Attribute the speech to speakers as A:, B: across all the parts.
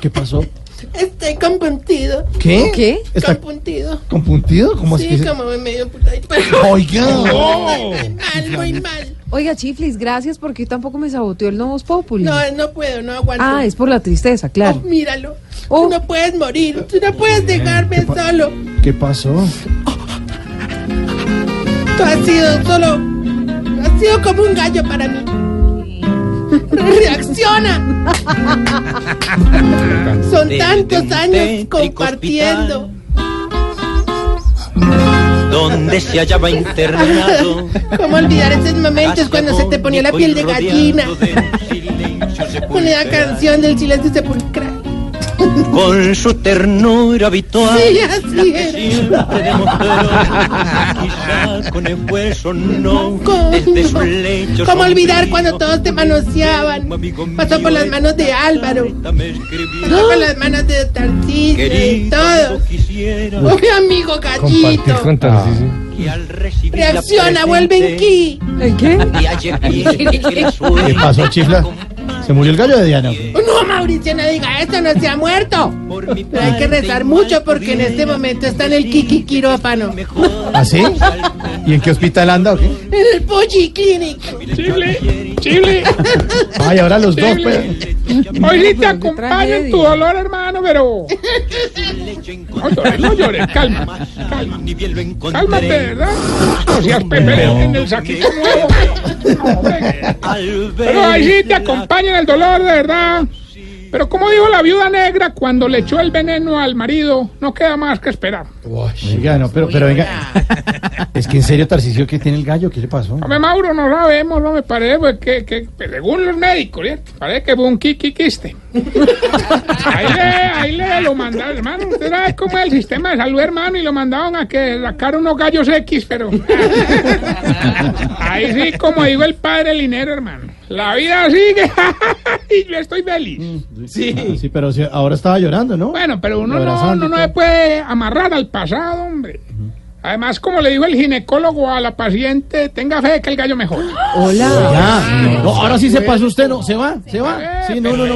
A: ¿Qué pasó?
B: Estoy compuntido.
A: ¿Qué?
C: ¿Qué?
A: ¿Está
B: Compuntido.
A: compuntido? ¿Cómo así? que
B: Sí,
A: se-
B: como medio putadito. Pero
A: Oiga.
B: mal, muy mal.
C: Oiga, Chiflis, gracias porque tampoco me saboteó el Novos Populi.
B: No, no puedo, no aguanto.
C: ah, es por la tristeza,
B: Oh,
C: claro.
B: míralo.
C: Oh.
B: Tú no puedes morir. Tú no puedes dejarme
A: pa-
B: solo.
A: Oh, ¿Qué pasó?
B: Tú has sido solo. Has sido como un gallo para mí. Reacciona. Son tantos años compartiendo.
D: donde se hallaba internado.
B: ¿Cómo olvidar esos momentos
D: Hasta
B: cuando se te ponía la piel de
D: Mónico y
B: gallina?
D: rodeando de un silencio
B: Con la
D: sepulcral,
B: canción del silencio sepulcral.
D: Con su ternura habitual.
B: Sí, así
D: que
B: es.
D: Siempre demostró, quizá con esfuerzo no,
B: ¿Cómo?
D: desde su lecho
B: ¿Cómo olvidar
D: sombrío,
B: cuando todos te manoseaban?
D: un amigo
B: Pasó por
D: mío
B: las manos de Álvaro,
D: esta me escribía,
B: pasó por las manos de Tarcísio, de
D: Querido,
B: todos.
D: amigo, quisiera
B: ¡Oh, mi amigo gallito!
D: que al recibir la
B: Reacciona, vuelve en
D: presente
B: ki.
C: ¿El qué?
D: de ayer bien,
A: ¿Qué pasó, chifla? ¿Se murió el gallo de Diana?
B: Oh, No, Mauricio, no diga eso, no se ha muerto.
D: Por mi
B: Pero hay que
D: parte,
B: rezar
D: igual
B: mucho porque en este
D: pudiera
B: momento está en el Kiki quirófano, en
D: mejor
A: ¿Ah, sí? ¿Y en qué hospital anda o qué?
B: el Polly Clinic.
E: Chile, Chile,
A: Ay, ahora los dos, pues.
E: hoy sí te
C: Qué
E: acompaño en tu
C: tragedia.
E: dolor, hermano, pero
D: lecho
E: no llores, no llores, calma,
D: calma, ni bien lo encontré.
E: cálmate, ¿verdad? No seas preferente en el saquito nuevo. hombre.
D: Al ver
E: Pero ahí sí te
D: la-
E: acompaña en el dolor, de verdad. Pero como dijo la viuda negra cuando le echó el veneno al marido, no queda más que esperar.
A: Oiga, no, pero, pero venga. Es que en serio, Tarcisio, ¿qué tiene el gallo? ¿Qué le pasó?
E: Hombre, Mauro, no sabemos, no me parece, pues, que, que, pues, según los médicos, ¿cierto? Parece que fue un kikikiste. ahí, le, ahí le lo mandaron, hermano, usted sabe cómo es el sistema de salud, hermano, y lo mandaron a que sacar unos gallos X, pero... ahí sí, como digo el padre Linero, hermano, la vida sigue y yo estoy feliz.
A: Ah, Sí. Sí, pero si- ahora estaba llorando, ¿no?
E: Bueno, pero uno
A: Lo
E: no,
A: abrazando
E: uno
A: y
E: no
A: todo.
E: se puede amarrar al pasado, hombre. Además, como le dijo el ginecólogo a la paciente, tenga fe que el gallo mejora.
C: Hola.
A: Ya. No, ahora sí se pasa usted, ¿no? ¿Se va? ¿Se va? Sí, no, no, no.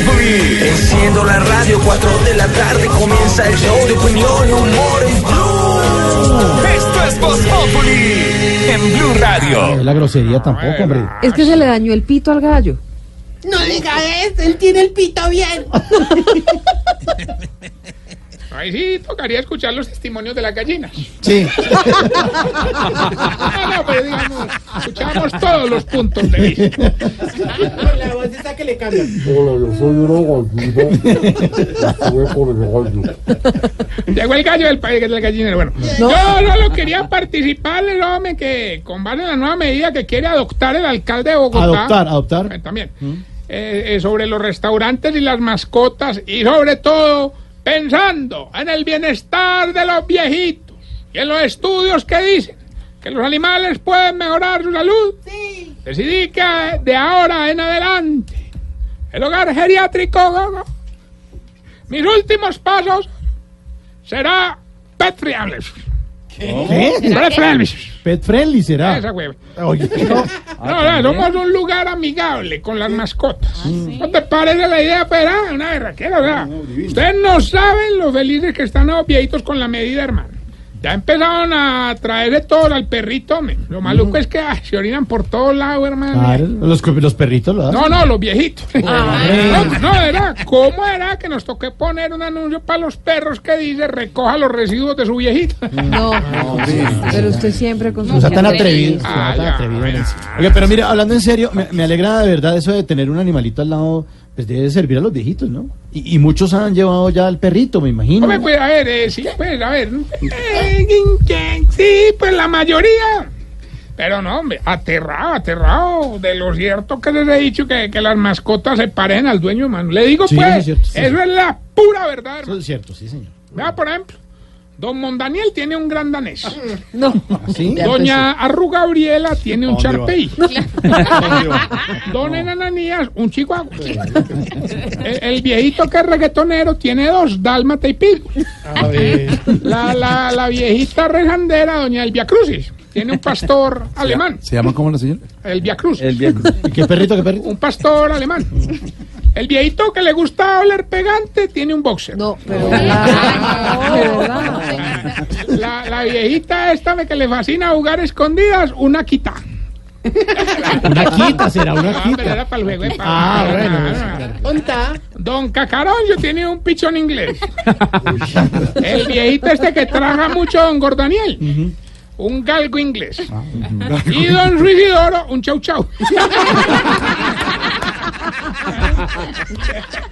F: Enciendo la radio, 4 de la tarde comienza el show de opinión, y humor en Blue. Esto es Voz Populi en Blue Radio.
A: No es la grosería tampoco, hombre.
C: Es que se le dañó el pito al gallo.
B: No diga eso, él tiene el pito bien.
E: Ahí sí tocaría escuchar los testimonios de las gallinas.
A: Sí.
E: Ah, no, pero digamos, escuchamos todos los puntos de vista.
B: La voz esa que le cambia.
G: Hola, yo soy una gallina. Estuve por el gallo.
E: Llegó el gallo del país que es el gallinero. Bueno, yo solo quería participar del hombre que, con base en la nueva medida que quiere adoptar el alcalde de Bogotá.
A: Adoptar,
E: eh,
A: adoptar.
E: También. eh, eh, sobre los restaurantes y las mascotas y sobre todo pensando en el bienestar de los viejitos y en los estudios que dicen que los animales pueden mejorar su salud. Decidí que de ahora en adelante el hogar geriátrico, Gogo, mis últimos pasos será pet friendly.
A: ¿Eh? ¿Qué? Ah.
E: Pet friendly.
A: Pet friendly
E: Esa
A: será.
E: hueva.
A: Oye, no.
E: No, no, somos un lugar amigable con las mascotas. ¿No te parece la idea, Pera? Una berraquera, o sea, Ustedes no saben lo felices que están los viejitos con la medida, hermano. Ya empezaron a traerle todo al perrito, hombre. Lo maluco es que ah, se orinan por todos lados, hermano.
A: Claro, Ah, los, los perritos lo hacen.
E: No, no, los viejitos.
A: Ah,
E: No, no, era, ¿cómo era que nos toque poner un anuncio para los perros que dice recoja los residuos de su viejito?
A: Mm.
C: No. Pero usted siempre con
A: O
C: sus
A: sea, tan atrevido. o sea,
E: Ah,
A: tan
E: ya,
A: atrevido,
E: ya.
A: Nancy. Oye, pero mira, hablando en serio, me, me alegra de verdad eso de tener un animalito al lado, pues debe servir a los viejitos, ¿no? Y, y muchos han llevado ya al perrito, me imagino.
E: Hombre, pues, a ver, eh, sí, pues, a ver. ¿no? Eh, que- que- sí, pues la mayoría. Pero no, hombre, aterrado, aterrado de lo cierto que les he dicho que, que las mascotas se paren al dueño, hermano. Le digo,
A: Sí,
E: pues,
A: eso es cierto, sí.
E: eso es la pura verdad,
A: Eso
E: hermano.
A: es cierto, sí, señor.
E: Vea, por ejemplo, don Mondaniel tiene un gran danés.
C: No.
A: ¿Sí?
E: Doña Arru Gabriela tiene un
A: ¿A dónde va?
E: charpey. Don Enananías, un chihuahua. El, el viejito que es reggaetonero tiene dos, dálmata y pico. La, la, la viejita rejandera, doña Elvia Crucis, tiene un pastor alemán.
H: ¿Se llama cómo la señora?
E: Elvia Crucis.
A: ¿Y ¿Qué perrito, qué perrito?
E: Un pastor alemán. El viejito que le gusta oler pegante tiene un boxer.
C: No, pero. No, de verdad.
E: La, la viejita esta que le fascina jugar escondidas, una quita.
A: Una quita, será una
E: Ah, pero
A: quita.
E: era para el juego de
A: Ah,
E: palabras.
A: bueno,
E: Ah, Don Cacarón, yo tenía un pichón inglés. El viejito este que trabaja mucho, don Gordaniel. Un galgo inglés.
A: Ah,
E: Y don Ruisidoro, un chau chau.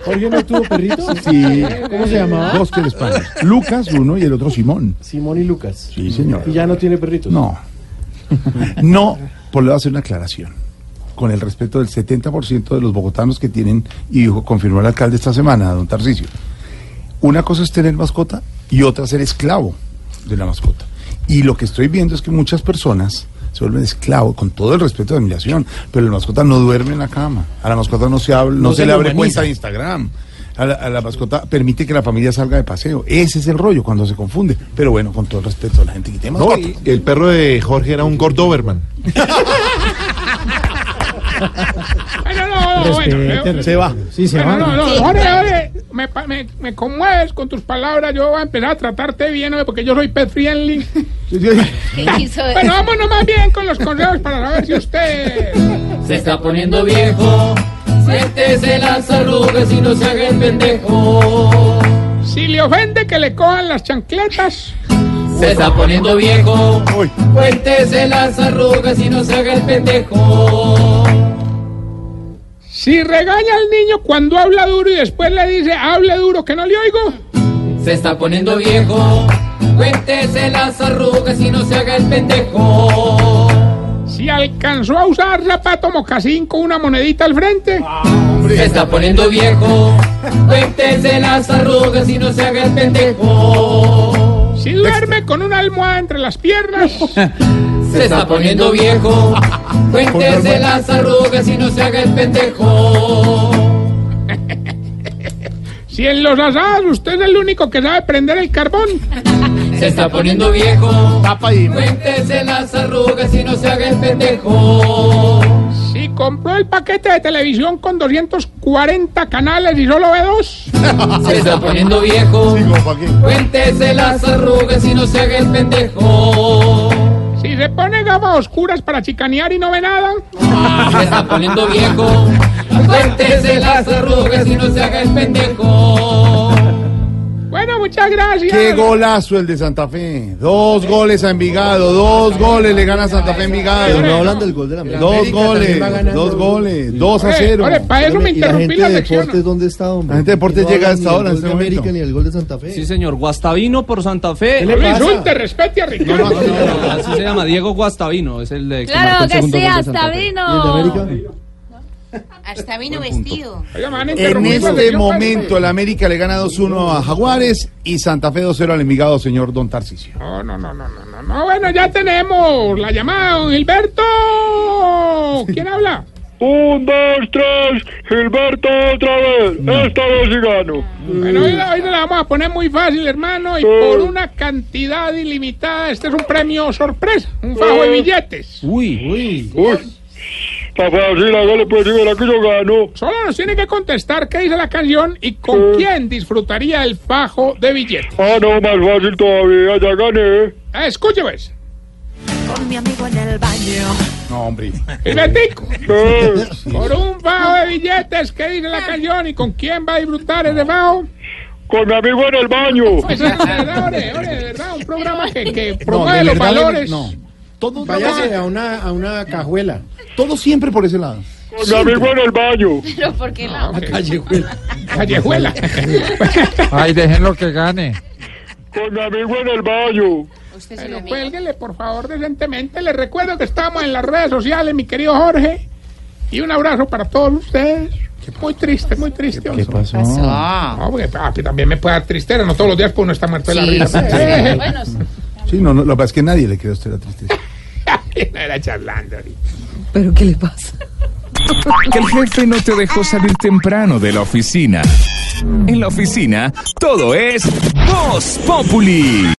A: Jorge no tuvo perrito.
H: Sí.
A: ¿Cómo se llamaba?
H: Dos que les pagan. Lucas, uno, y el otro Simón.
D: Simón y Lucas.
H: Sí, señor.
D: Y ya no tiene perritos.
H: No. No, por le voy a hacer una aclaración. Con el respeto del 70% de los bogotanos que tienen, y dijo- confirmó el alcalde esta semana, don Tarcicio. Una cosa es tener mascota y otra ser esclavo de la mascota. Y lo que estoy viendo es que muchas personas se vuelven esclavos, con todo el respeto de admiración, pero la mascota no duerme en la cama, a la mascota no se habla, no, se, le abre cuenta de Instagram. A la, a la mascota permite que la familia salga de paseo. Ese es el rollo cuando se confunde. Pero bueno, con todo el respeto a la gente que tiene mascota.
D: el perro de Jorge era un Gordoverman.
E: Bueno, no, no, bueno,
A: Respete,
E: eh,
A: respete. Sí, se
E: bueno,
A: va.
E: no, no, Jorge, Jorge, me, pa- me- me conmueves con tus palabras. Yo voy a empezar a tratarte bien, hombre, porque yo soy pet friendly. Bueno, vámonos más bien con los consejos para saber si usted.
B: Se está poniendo viejo. Siéntese las arrugas y no se haga el pendejo.
E: Si le ofende que le cojan las chancletas.
B: Se está poniendo viejo.
H: Uy.
B: Cuéntese las arrugas y no se haga el pendejo.
E: Si regaña al niño cuando habla duro y después le dice, hable duro que no le oigo.
B: Se está poniendo viejo. Cuéntese las arrugas y no se haga el pendejo.
E: Si alcanzó a usar zapato mocasín con una monedita al frente.
B: Se está poniendo viejo. Cuéntese las arrugas y no se haga el pendejo.
E: Si duerme con una almohada entre las piernas.
B: Se está poniendo viejo. Cuéntese las arrugas y no se haga el pendejo.
E: Si en los asados usted es el único que sabe prender el carbón.
B: Se está poniendo viejo. Cuéntese las arrugas y no se haga el pendejo.
E: Si compró el paquete de televisión con 240 canales y solo ve dos.
B: Se está poniendo viejo. Cuéntese las arrugas y no se haga el pendejo.
E: Si se pone gafas oscuras para chicanear y no ve nada.
B: Se está poniendo viejo. Cuéntese las arrugas y no se haga el pendejo.
E: Bueno, muchas gracias.
H: ¡Qué golazo el de Santa Fe! Dos goles a Envigado, dos goles le gana Santa Fe a
D: Pero no
H: Envigado.
D: hablan del gol de la América.
H: Dos
D: América
H: goles,
D: también va ganando. Eh,
H: dos goles, dos a
E: Oye,
H: cero.
E: oye, pa' eso me
D: ¿Y la
E: interrumpí
D: gente
E: la
D: de
E: sección.
D: deportes dónde está, hombre?
H: La gente de deportes
D: No
H: llega
D: hablan
H: a esta
D: ni del
H: hora,
D: gol
H: en este
D: de
H: momento.
D: América ni el gol de Santa Fe.
B: Sí, señor. Guastavino por Santa Fe.
E: No me insulte, respete a Ricardo.
B: Así se llama Diego Guastavino. Es el de.
I: Claro que sí, hasta
D: ¿Y el de
I: vino.
D: América?
J: Hasta vino vestido.
E: Oiga, me van a
H: En
E: interrumpir pues, la
H: este
E: sección,
H: momento el América le gana 2-1 a Jaguares y Santa Fe 2-0 al Envigado, señor Don Tarcisio.
E: No, no, no, no, no, no, no. Bueno, ya tenemos la llamada, don Gilberto. ¿Quién habla?
D: Un, dos, tres, Gilberto otra vez. Esta vez sí gano.
E: Mm. Bueno, hoy, la- hoy nos la vamos a poner muy fácil, hermano, y por una cantidad ilimitada. Este es un premio sorpresa, un fajo de billetes.
D: Está fácil, hágale pues, la que yo gano.
E: Solo nos tiene que contestar qué dice la canción y con quién disfrutaría el fajo de billetes.
D: Ah, no, más fácil todavía, ya gané.
E: Ah, Escuche, pues.
J: Con mi amigo en el baño.
H: No, hombre.
E: Gilbertico. Por un fajo de billetes, qué dice la canción y con quién va a disfrutar ese fajo.
D: Con mi amigo en el baño.
E: Pues, es verdad, ore, ore, de verdad, un programa que, que
H: No,
E: promueve
H: de
E: los
H: verdad,
E: valores.
H: No. Todo,
D: Váyase a una, a una cajuela.
H: todo siempre por ese lado.
D: Con mi amigo en el baño.
J: Pero ¿por qué la.?
E: Callejuela.
D: Con mi amigo en el baño.
J: O
K: Usted se
E: Pero
K: la niega.
E: cuélguele, por favor, decentemente. Les recuerdo que estamos en las redes sociales, mi querido Jorge. Y un abrazo para todos ustedes. Muy triste, muy triste. ¿Qué
H: pasó?
E: No, porque, ah, que también me puede dar tristera, no todos los días pues uno está muerto de la
H: Sí,
E: risa.
H: sí, sí.
E: Eh,
H: Bueno, Sí, no, no, lo que pasa es que nadie le cree a usted la tristeza.
E: no era charlando ahorita.
C: ¿Pero qué le pasa?
L: Que el jefe no te dejó salir temprano de la oficina. En la oficina, todo es Voz Populi.